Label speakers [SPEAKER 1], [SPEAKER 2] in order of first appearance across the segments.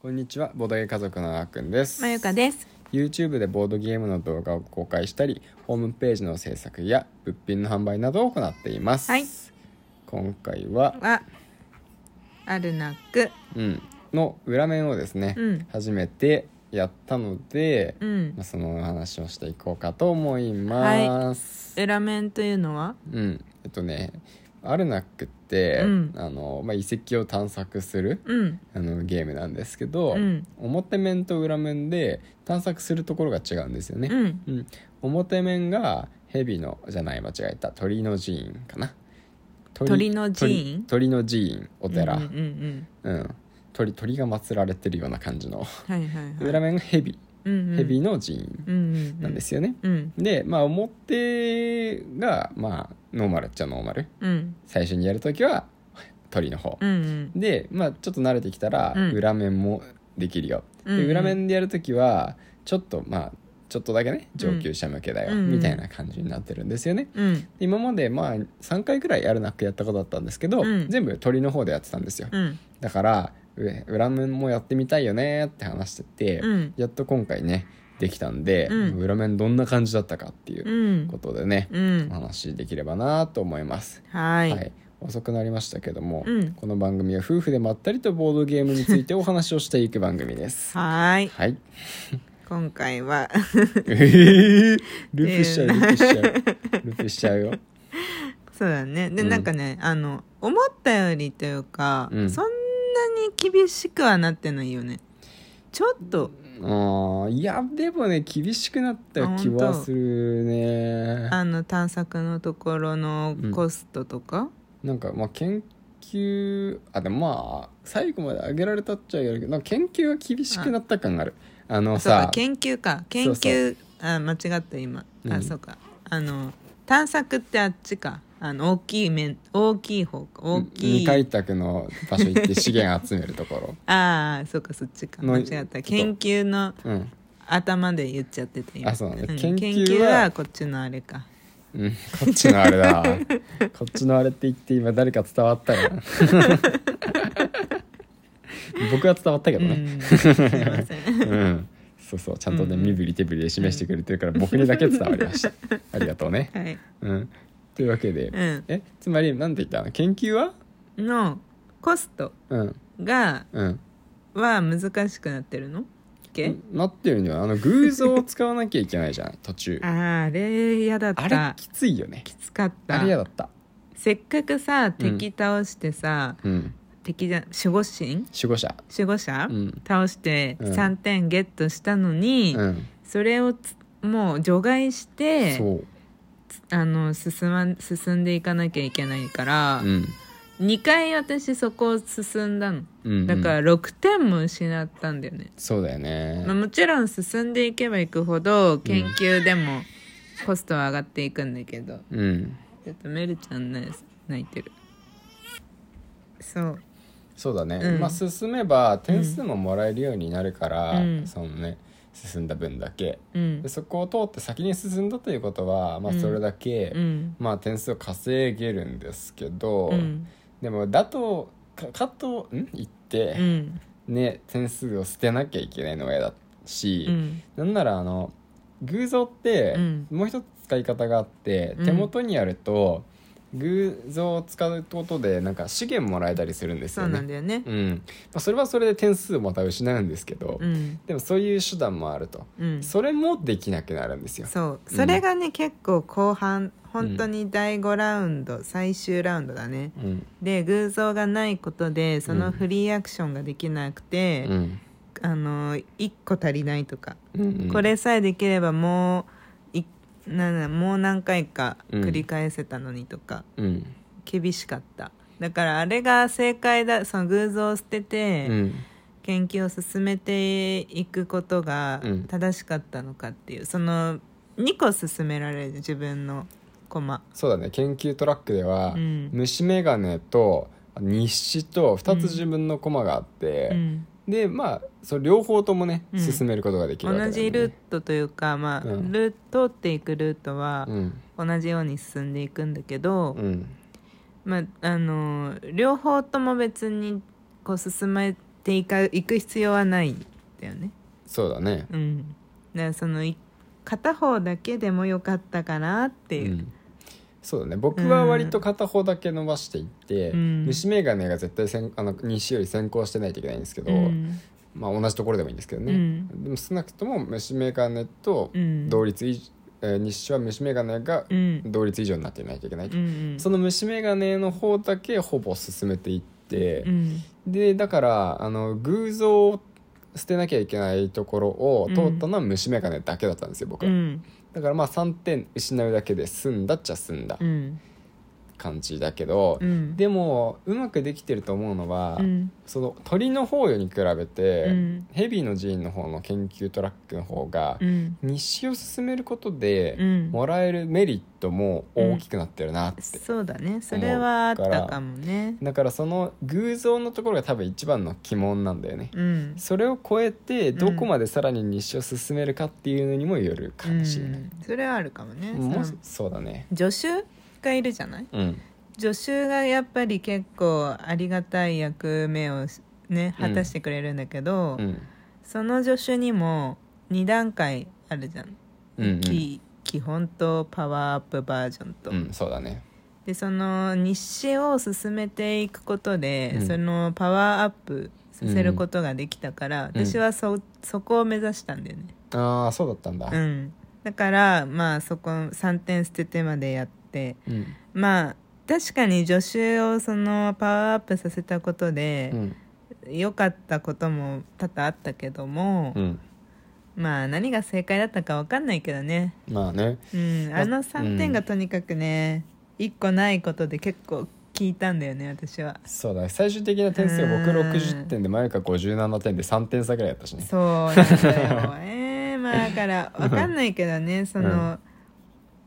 [SPEAKER 1] こんにちはボードゲー家族のあーくんです
[SPEAKER 2] まゆかです。
[SPEAKER 1] YouTube でボードゲームの動画を公開したりホームページの制作や物品の販売などを行っています、
[SPEAKER 2] はい
[SPEAKER 1] 今回は、
[SPEAKER 2] は。アルナック。
[SPEAKER 1] うん、の裏面をですね、
[SPEAKER 2] うん
[SPEAKER 1] 初めてやったので、
[SPEAKER 2] うん
[SPEAKER 1] まあ。その話をしていこうかと思います、
[SPEAKER 2] 裏面というのは。
[SPEAKER 1] うんえっとねアルナックって、
[SPEAKER 2] うん
[SPEAKER 1] あのまあ、遺跡を探索する
[SPEAKER 2] うん。
[SPEAKER 1] あのゲームなんですけど、
[SPEAKER 2] うん
[SPEAKER 1] 表面と裏面で探索するところが違うんですよね、
[SPEAKER 2] うん。
[SPEAKER 1] うん、表面が蛇のじゃない間違えた鳥の寺院かな
[SPEAKER 2] 鳥の寺院
[SPEAKER 1] 鳥鳥の寺院お寺、う
[SPEAKER 2] うんんうんうん
[SPEAKER 1] 鳥鳥が祀られてるような感じの
[SPEAKER 2] うん。はいはいはい。
[SPEAKER 1] 裏面が蛇
[SPEAKER 2] うんうん。
[SPEAKER 1] 蛇の寺院
[SPEAKER 2] うんうん。
[SPEAKER 1] なんですよね、
[SPEAKER 2] うん。
[SPEAKER 1] でまあ表がまあノーマルっちゃノーマル
[SPEAKER 2] うん。
[SPEAKER 1] 最初にやるときは鳥の方
[SPEAKER 2] うん。う、ん。
[SPEAKER 1] でまあちょっと慣れてきたら
[SPEAKER 2] うん
[SPEAKER 1] 裏面もできるよ、
[SPEAKER 2] うんう
[SPEAKER 1] で
[SPEAKER 2] ん
[SPEAKER 1] 裏面でやるときはちょっとまあちょっとだけね上級者向けだよ、
[SPEAKER 2] うん
[SPEAKER 1] みたいな感じになってるんですよね
[SPEAKER 2] うん。
[SPEAKER 1] で今までまあ3回くらいやるなくやったことだったんですけど、
[SPEAKER 2] うん
[SPEAKER 1] 全部鳥の方でやってたんですよ、
[SPEAKER 2] うん。
[SPEAKER 1] だからう裏面もやってみたいよねって話してて、
[SPEAKER 2] うん
[SPEAKER 1] やっと今回ねできたんで、
[SPEAKER 2] うん
[SPEAKER 1] 裏面どんな感じだったかっていううんこ。とでね、
[SPEAKER 2] うん
[SPEAKER 1] お。話しできればなと思います
[SPEAKER 2] は。
[SPEAKER 1] はいい、遅くなりましたけども、
[SPEAKER 2] うん
[SPEAKER 1] この番組は夫婦でまったりとボードゲームについてお話をしていく番組です。
[SPEAKER 2] はい。
[SPEAKER 1] はい。
[SPEAKER 2] 今回は。
[SPEAKER 1] えー、ループしちゃう、ループしちゃう。ループしちゃうよ。
[SPEAKER 2] そうだね。で、
[SPEAKER 1] うん
[SPEAKER 2] なんかね、あの、思ったよりというか、
[SPEAKER 1] うん
[SPEAKER 2] そんなに厳しくはなってないよね。ちょっと。
[SPEAKER 1] あーいや、でもね、厳しくなった気はするね。
[SPEAKER 2] あの探索のところのコストとか、
[SPEAKER 1] なんか、まあ、研究、あ、でもまあ、最後まで上げられたっちゃやるけど、なんか研究が厳しくなった感がある。あの
[SPEAKER 2] そうか
[SPEAKER 1] さ、
[SPEAKER 2] 研究か研
[SPEAKER 1] そうそう
[SPEAKER 2] 究あ間違った今、
[SPEAKER 1] う
[SPEAKER 2] あ
[SPEAKER 1] ん
[SPEAKER 2] そうかあの探索ってあっちかあの大きい面大きい方か大き
[SPEAKER 1] 未
[SPEAKER 2] い
[SPEAKER 1] 開拓の場所行って資源集めるとこ
[SPEAKER 2] ああそうかそっちか
[SPEAKER 1] の
[SPEAKER 2] 間違った研究の
[SPEAKER 1] ろ。うん。
[SPEAKER 2] 頭で言っちゃってた今
[SPEAKER 1] あそうなんだ
[SPEAKER 2] ん
[SPEAKER 1] 研
[SPEAKER 2] 研
[SPEAKER 1] 究は
[SPEAKER 2] 究はこっちのあ れか
[SPEAKER 1] うん、こっちのあれ だこっちのあれって言って今誰か伝わったよ 僕は伝わったけど
[SPEAKER 2] う
[SPEAKER 1] ね
[SPEAKER 2] ん、すいません
[SPEAKER 1] うん、そうそうちゃんとね、
[SPEAKER 2] うん
[SPEAKER 1] 身振り手振りで示してくれてるから僕にだけ伝わりま したありがとうね、
[SPEAKER 2] はい
[SPEAKER 1] うん、というわけで、
[SPEAKER 2] うん
[SPEAKER 1] えつまりなんて言ったの研究は
[SPEAKER 2] のコスト
[SPEAKER 1] うん
[SPEAKER 2] が
[SPEAKER 1] うん
[SPEAKER 2] は難しくなってるのっけ、
[SPEAKER 1] なってるんじゃないあの偶像を使わなきゃいけないじゃん 途中
[SPEAKER 2] あーあれ嫌だっ
[SPEAKER 1] あれ
[SPEAKER 2] た
[SPEAKER 1] きついよね
[SPEAKER 2] きつかった
[SPEAKER 1] あれ嫌だった
[SPEAKER 2] せっかくさ敵倒してさ、
[SPEAKER 1] うん
[SPEAKER 2] 敵じゃ守護神
[SPEAKER 1] 守護者
[SPEAKER 2] 守護者、
[SPEAKER 1] うん
[SPEAKER 2] 倒して
[SPEAKER 1] うん
[SPEAKER 2] 3点ゲットしたのに、
[SPEAKER 1] うん
[SPEAKER 2] それをつもう除外して
[SPEAKER 1] そう
[SPEAKER 2] あの進,、ま、進んでいかなきゃいけないから
[SPEAKER 1] う、ん
[SPEAKER 2] 2回私そこを進んだの
[SPEAKER 1] うんうん
[SPEAKER 2] だから6点も失ったんだよね、
[SPEAKER 1] そうだよね
[SPEAKER 2] まあ、もちろん進んでいけばいくほど研究でもコストは上がっていくんだけど、
[SPEAKER 1] うん
[SPEAKER 2] ちょっとメルちゃんね泣いてるそう
[SPEAKER 1] そうだね、
[SPEAKER 2] うん
[SPEAKER 1] まあ進めば点数ももらえるようになるから、
[SPEAKER 2] うん
[SPEAKER 1] そのね進んだ分だけ
[SPEAKER 2] うん
[SPEAKER 1] でそこを通って先に進んだということは、まあ、
[SPEAKER 2] うん
[SPEAKER 1] それだけ、
[SPEAKER 2] うん
[SPEAKER 1] まあ点数を稼げるんですけど、
[SPEAKER 2] うん
[SPEAKER 1] でもだとかかとん言っ
[SPEAKER 2] う
[SPEAKER 1] て、
[SPEAKER 2] ん
[SPEAKER 1] ね点数を捨てなきゃいけないのが嫌だし、
[SPEAKER 2] うん
[SPEAKER 1] なんならあの偶像って
[SPEAKER 2] うん
[SPEAKER 1] もう一つ使い方があって、
[SPEAKER 2] うん
[SPEAKER 1] 手元にあると偶像を使うことでなんか資源もらえたりするんです
[SPEAKER 2] そ
[SPEAKER 1] よ
[SPEAKER 2] う
[SPEAKER 1] ね
[SPEAKER 2] なんだよね
[SPEAKER 1] うんまあ、それはそれで点数をまた失うんですけど、
[SPEAKER 2] うん
[SPEAKER 1] でもそういう手段もあると、
[SPEAKER 2] うん
[SPEAKER 1] それもできなくなるんですよ
[SPEAKER 2] そう
[SPEAKER 1] うん
[SPEAKER 2] それがね結構後半本当に第5ラウンド最終ラウンドだね
[SPEAKER 1] うん
[SPEAKER 2] で偶像がないことでそのフリーアクションができなくて
[SPEAKER 1] うん
[SPEAKER 2] あの1個足りないとか
[SPEAKER 1] うんうん
[SPEAKER 2] これさえできればもういなんだもう何回か繰り返せたのにとか
[SPEAKER 1] うん
[SPEAKER 2] 厳しかっただからあれが正解だその偶像を捨てて、
[SPEAKER 1] うん
[SPEAKER 2] 研究を進めていくことが
[SPEAKER 1] うん
[SPEAKER 2] 正しかったのかっていうその2個進められる自分の駒
[SPEAKER 1] そうだね研究トラックでは、
[SPEAKER 2] うん
[SPEAKER 1] 虫眼鏡と日誌と2つ自分のコマがあって、
[SPEAKER 2] うん
[SPEAKER 1] でまあそれ両方ともね、
[SPEAKER 2] うん
[SPEAKER 1] 進めることができるわけだ
[SPEAKER 2] 同
[SPEAKER 1] よね
[SPEAKER 2] じルートというか、まあ
[SPEAKER 1] うん
[SPEAKER 2] ルート通っていくルートは
[SPEAKER 1] うん
[SPEAKER 2] 同じように進んでいくんだけど、
[SPEAKER 1] うん
[SPEAKER 2] まああの両方とも別にこう進めていか行く必要はないんだよね
[SPEAKER 1] そうだね
[SPEAKER 2] うんだからそのい片方だけでもよかったかなっていうう、
[SPEAKER 1] んそうだね僕は割と片方だけ伸ばしていって、
[SPEAKER 2] うん
[SPEAKER 1] 虫眼鏡が絶対先あの西より先行してないといけないんですけど、
[SPEAKER 2] うん
[SPEAKER 1] まあ、同じところでもいいんですけどね、
[SPEAKER 2] うん
[SPEAKER 1] でも少なくとも虫眼鏡と
[SPEAKER 2] うん
[SPEAKER 1] 同率以、えー西は虫眼鏡が
[SPEAKER 2] うん
[SPEAKER 1] 同率以上になっていないといけない、
[SPEAKER 2] うん
[SPEAKER 1] その虫眼鏡の方だけほぼ進めていって
[SPEAKER 2] う、ん
[SPEAKER 1] でだからあの偶像を捨てなきゃいけないところを通ったのは虫眼鏡だけだったんですよ僕
[SPEAKER 2] う
[SPEAKER 1] は、
[SPEAKER 2] ん
[SPEAKER 1] だからまあ3点失うだけで済んだっちゃ済んだ
[SPEAKER 2] うん
[SPEAKER 1] 感じだけど、
[SPEAKER 2] うん
[SPEAKER 1] でもうまくできてると思うのは、
[SPEAKER 2] うん
[SPEAKER 1] その鳥の方よに比べて、
[SPEAKER 2] うん
[SPEAKER 1] ヘビの寺院の方の研究トラックの方が、
[SPEAKER 2] うん
[SPEAKER 1] 日誌を進めることで、
[SPEAKER 2] うん
[SPEAKER 1] もらえるメリットも大きくなってるなって、
[SPEAKER 2] そうだねそれはあったかもね
[SPEAKER 1] だからその偶像のところが多分一番の鬼門なんだよね、
[SPEAKER 2] うん
[SPEAKER 1] それを超えてどこまでさらに日誌を進めるかっていうのにもよるかもしれない、
[SPEAKER 2] うんそれはあるかもね
[SPEAKER 1] もう
[SPEAKER 2] その
[SPEAKER 1] そうだね
[SPEAKER 2] 助手がいるじゃない
[SPEAKER 1] うん
[SPEAKER 2] 助手がやっぱり結構ありがたい役目をね
[SPEAKER 1] うん
[SPEAKER 2] 果たしてくれるんだけど、
[SPEAKER 1] うん
[SPEAKER 2] その助手にも2段階あるじゃん、
[SPEAKER 1] うんうん
[SPEAKER 2] き基本とパワーアップバージョンと、
[SPEAKER 1] うんそうだね
[SPEAKER 2] でその日誌を進めていくことで、
[SPEAKER 1] うん
[SPEAKER 2] そのパワーアップさせることができたから、
[SPEAKER 1] うん
[SPEAKER 2] 私はそそこを目指したんだよね、
[SPEAKER 1] ああそうだったんだ
[SPEAKER 2] うん、だからまあそこ3点捨ててまでやって
[SPEAKER 1] うん
[SPEAKER 2] まあ確かに助手をそのパワーアップさせたことで
[SPEAKER 1] うん
[SPEAKER 2] 良、かったことも多々あったけども、
[SPEAKER 1] うん
[SPEAKER 2] まあ何が正解だったか分かんないけどね、
[SPEAKER 1] まあね
[SPEAKER 2] うん、あの3点
[SPEAKER 1] う
[SPEAKER 2] がとにかくね、1個ないことで結構聞いたんだよね私 は。
[SPEAKER 1] そうだね最終的な点数は僕
[SPEAKER 2] うん
[SPEAKER 1] 60点で前が57点で3点差ぐらいやったしね
[SPEAKER 2] そうなんだよえー、まあだから分かんないけどねその、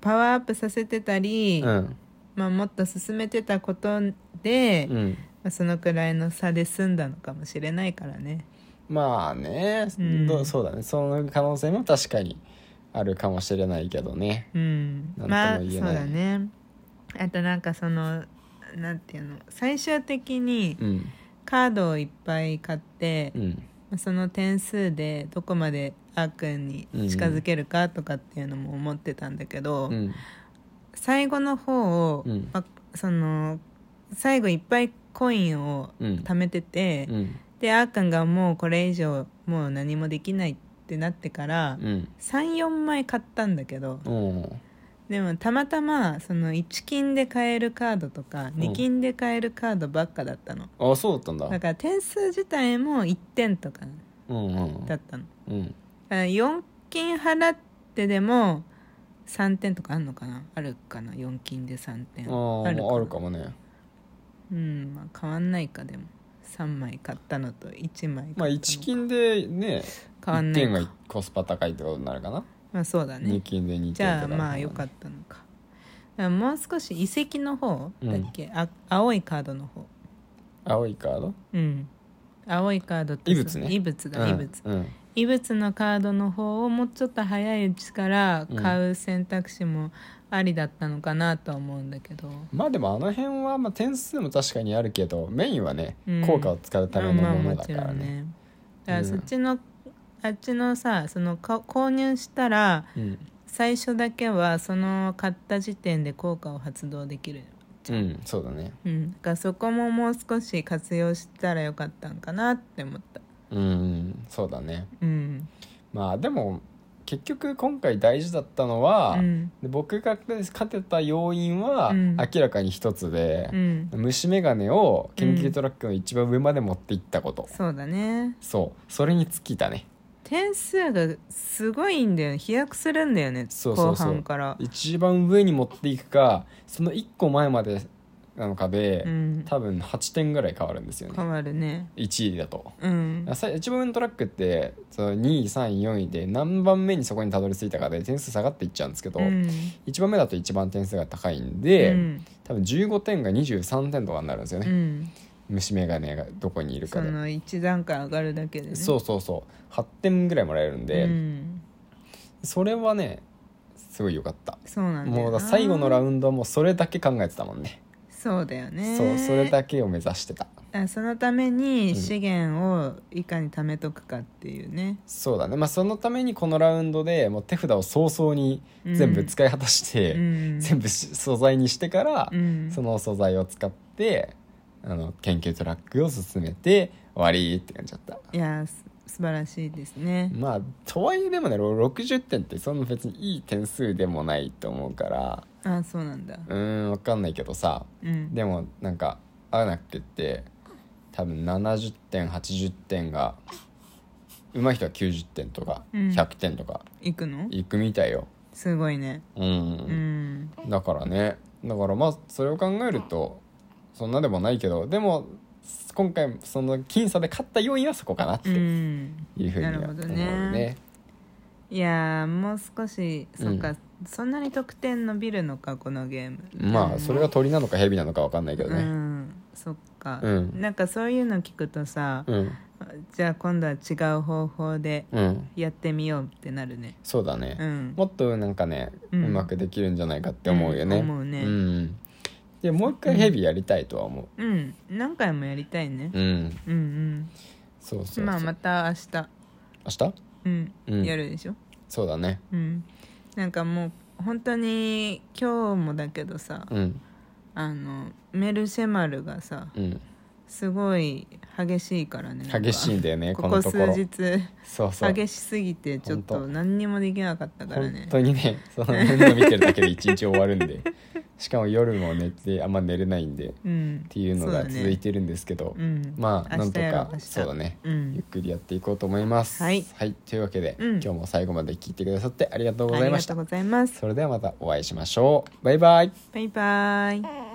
[SPEAKER 2] パワーアップさせてたり、
[SPEAKER 1] うん
[SPEAKER 2] まあ、もっと進めてたことで、
[SPEAKER 1] う
[SPEAKER 2] ま
[SPEAKER 1] ん
[SPEAKER 2] あ、そのくらいの差で済んだのかもしれないからね
[SPEAKER 1] まあね、
[SPEAKER 2] うん
[SPEAKER 1] どうそうだねその可能性も確かにあるかもしれないけどね
[SPEAKER 2] うん
[SPEAKER 1] なんとも
[SPEAKER 2] まあそ
[SPEAKER 1] 言え
[SPEAKER 2] う
[SPEAKER 1] ない
[SPEAKER 2] だねあとなんかそのなんていうの最終的に
[SPEAKER 1] うん
[SPEAKER 2] カードをいっぱい買って、
[SPEAKER 1] うん
[SPEAKER 2] まあその点数でどこまであーくんに近づけるかとかっていうのも思ってたんだけど、
[SPEAKER 1] うん
[SPEAKER 2] 最後の方を、
[SPEAKER 1] うん
[SPEAKER 2] まあ、その最後いっぱいコインを
[SPEAKER 1] うん
[SPEAKER 2] 貯めてて、
[SPEAKER 1] うん
[SPEAKER 2] であーくんがもうこれ以上もう何もできないってなってから、
[SPEAKER 1] うん
[SPEAKER 2] 34枚買ったんだけど
[SPEAKER 1] うん
[SPEAKER 2] でもたまたまその1金で買えるカードとか
[SPEAKER 1] うん
[SPEAKER 2] 2金で買えるカードばっかだったの、
[SPEAKER 1] あそうだったんだ
[SPEAKER 2] だから点数自体も1点とか
[SPEAKER 1] うんうん
[SPEAKER 2] だったの
[SPEAKER 1] う
[SPEAKER 2] だ
[SPEAKER 1] ん
[SPEAKER 2] から4金払ってでも3点とかあるのかなあるかな4金で3点
[SPEAKER 1] あ
[SPEAKER 2] あるか
[SPEAKER 1] あ
[SPEAKER 2] な
[SPEAKER 1] あるかもね
[SPEAKER 2] うんまあ変わんないかでも3枚買ったのと1枚買ったの
[SPEAKER 1] まあ1金でね
[SPEAKER 2] 変わん
[SPEAKER 1] 1
[SPEAKER 2] ない
[SPEAKER 1] 点
[SPEAKER 2] か
[SPEAKER 1] がコスパ高いってことになるかな
[SPEAKER 2] まあそうだね
[SPEAKER 1] 2金で2点
[SPEAKER 2] じゃあまあ
[SPEAKER 1] よ
[SPEAKER 2] 良かったのかだからもう少し遺跡の方だっけ、あ青いカードの方
[SPEAKER 1] 青いカード
[SPEAKER 2] うん青いカードって
[SPEAKER 1] 異物ね
[SPEAKER 2] 異物だ、異物
[SPEAKER 1] うん
[SPEAKER 2] 異物のカードの方をもうちょっと早いうちから買う選択肢もありだったのかなとは思うんだけど、
[SPEAKER 1] まあでもあの辺はまあ点数も確かにあるけどメインはね、
[SPEAKER 2] うん
[SPEAKER 1] 効果を使うための
[SPEAKER 2] まあ
[SPEAKER 1] も
[SPEAKER 2] まあ
[SPEAKER 1] の
[SPEAKER 2] も
[SPEAKER 1] だ
[SPEAKER 2] ち
[SPEAKER 1] か
[SPEAKER 2] ろ
[SPEAKER 1] ら
[SPEAKER 2] ん
[SPEAKER 1] ね,、
[SPEAKER 2] ねだから
[SPEAKER 1] うん
[SPEAKER 2] そっちの、あっちのさそのか購入したら最初だけはその買った時点で効果を発動できる
[SPEAKER 1] うん、うん、そうだね
[SPEAKER 2] うん、だからそこももう少し活用したらよかったんかなって思った
[SPEAKER 1] うんそうだね
[SPEAKER 2] うん
[SPEAKER 1] まあでも結局今回大事だったのは、
[SPEAKER 2] うん
[SPEAKER 1] で僕が勝てた要因は
[SPEAKER 2] うん
[SPEAKER 1] 明らかに一つで
[SPEAKER 2] う、ん
[SPEAKER 1] 虫眼鏡を研究トラックの一番上まで持っていったこと、
[SPEAKER 2] そうだね
[SPEAKER 1] そうそれに尽きたね
[SPEAKER 2] 点数がすごいんだよ飛躍するんだよね
[SPEAKER 1] そうそうそう
[SPEAKER 2] 後半から
[SPEAKER 1] 一番上に持っていくかその1個前までなのかで、
[SPEAKER 2] うん
[SPEAKER 1] 多分8点ぐらい変わるんですよね
[SPEAKER 2] 変わるね
[SPEAKER 1] 1位だと
[SPEAKER 2] うん
[SPEAKER 1] さ一番上のトラックってその2位3位4位で何番目にそこにたどり着いたかで点数下がっていっちゃうんですけど、
[SPEAKER 2] うん
[SPEAKER 1] 1番目だと一番点数が高いんで、
[SPEAKER 2] うん
[SPEAKER 1] 多分15点が23点とかになるんですよ
[SPEAKER 2] う
[SPEAKER 1] ね、
[SPEAKER 2] ん、
[SPEAKER 1] 虫眼鏡がどこにいる
[SPEAKER 2] そ
[SPEAKER 1] かで
[SPEAKER 2] の一段階上がるだけでね
[SPEAKER 1] そうそうそう8点ぐらいもらえるんで、
[SPEAKER 2] うん、
[SPEAKER 1] それはねすごい良かった
[SPEAKER 2] そうなんだよ
[SPEAKER 1] も
[SPEAKER 2] な
[SPEAKER 1] うだ最後のラウンドはもうそれだけ考えてたもんね
[SPEAKER 2] そうだよね
[SPEAKER 1] そうそれだけを目指してた
[SPEAKER 2] あそのために資源をいかに貯めとくかっていうね、
[SPEAKER 1] そうだねまあそのためにこのラウンドでもう手札を早々に全部使い果たして、
[SPEAKER 2] うん、
[SPEAKER 1] 全部し素材にしてから、
[SPEAKER 2] うん
[SPEAKER 1] その素材を使ってあの研究トラックを進めて終わりって感じだった
[SPEAKER 2] いやす素晴らしいですね、
[SPEAKER 1] まあとはいえでもね60点ってそんな別にいい点数でもないと思うから
[SPEAKER 2] あそうなんだ
[SPEAKER 1] うーんわかんないけどさ
[SPEAKER 2] うん
[SPEAKER 1] でもなんかアーナックって多分70点80点が上手い人は90点とか
[SPEAKER 2] うん
[SPEAKER 1] 100点とか
[SPEAKER 2] 行くの
[SPEAKER 1] いくみたいよ、
[SPEAKER 2] すごいね
[SPEAKER 1] うん
[SPEAKER 2] うん
[SPEAKER 1] だからねだからまあそれを考えるとそんなでもないけどでも今回その僅差で勝った要因はそこかなっ
[SPEAKER 2] う
[SPEAKER 1] て
[SPEAKER 2] ん
[SPEAKER 1] いうふうには思うよ
[SPEAKER 2] なるほどね
[SPEAKER 1] ね。
[SPEAKER 2] いやーもう少しそっか、
[SPEAKER 1] う
[SPEAKER 2] そんなに得点伸びるのかこのゲーム
[SPEAKER 1] まあそれが
[SPEAKER 2] ね
[SPEAKER 1] 鳥なのか蛇なのかわかんないけど
[SPEAKER 2] う
[SPEAKER 1] ね。
[SPEAKER 2] んそっか、
[SPEAKER 1] うん
[SPEAKER 2] なんかそういうの聞くとさ、
[SPEAKER 1] うん
[SPEAKER 2] じゃあ今度は違う方法で
[SPEAKER 1] うん
[SPEAKER 2] やってみようってなるね
[SPEAKER 1] そうだ
[SPEAKER 2] う
[SPEAKER 1] ね。
[SPEAKER 2] ん
[SPEAKER 1] もっとなんかねう
[SPEAKER 2] うん
[SPEAKER 1] まくできるんじゃないかって思うよね。
[SPEAKER 2] うん思うね
[SPEAKER 1] んでもう一回蛇やりたいとは思
[SPEAKER 2] うん何回もやりたいね
[SPEAKER 1] う。うん
[SPEAKER 2] うんうん
[SPEAKER 1] そうそうそう。
[SPEAKER 2] まあまた明日
[SPEAKER 1] 明日？
[SPEAKER 2] うん、
[SPEAKER 1] うん
[SPEAKER 2] やるでしょ
[SPEAKER 1] そうだね。
[SPEAKER 2] うんなんかもう本当に今日もだけどさ
[SPEAKER 1] うん
[SPEAKER 2] あのメルシェマルがさ
[SPEAKER 1] うん
[SPEAKER 2] すごい激しいからねなんか
[SPEAKER 1] 激しいんだよねこ
[SPEAKER 2] ここ
[SPEAKER 1] のとこ
[SPEAKER 2] 数
[SPEAKER 1] ろ。
[SPEAKER 2] 日
[SPEAKER 1] そうそう。
[SPEAKER 2] 激しすぎてちょっ
[SPEAKER 1] ほ
[SPEAKER 2] と
[SPEAKER 1] んと
[SPEAKER 2] 何にもできなかったから
[SPEAKER 1] 本
[SPEAKER 2] ね
[SPEAKER 1] 当にねその面倒見てるだけで一日終わるん でしかも夜も寝てあんま寝れないんでっ
[SPEAKER 2] うんって
[SPEAKER 1] いうのが続いてるんですけど、
[SPEAKER 2] うん
[SPEAKER 1] まあな
[SPEAKER 2] 明
[SPEAKER 1] ん
[SPEAKER 2] 日
[SPEAKER 1] と
[SPEAKER 2] やろう
[SPEAKER 1] か
[SPEAKER 2] 明日
[SPEAKER 1] そうだね
[SPEAKER 2] う
[SPEAKER 1] ゆっ
[SPEAKER 2] ん
[SPEAKER 1] くりやっていこうと思います
[SPEAKER 2] はい
[SPEAKER 1] というわけで、
[SPEAKER 2] うん
[SPEAKER 1] 今日も最後まで聞いてくださってありがとうご
[SPEAKER 2] あ
[SPEAKER 1] ざい
[SPEAKER 2] り
[SPEAKER 1] ま
[SPEAKER 2] が
[SPEAKER 1] し
[SPEAKER 2] と
[SPEAKER 1] た
[SPEAKER 2] うございます
[SPEAKER 1] それではまたお会いしましょうバイバイ
[SPEAKER 2] バイバイ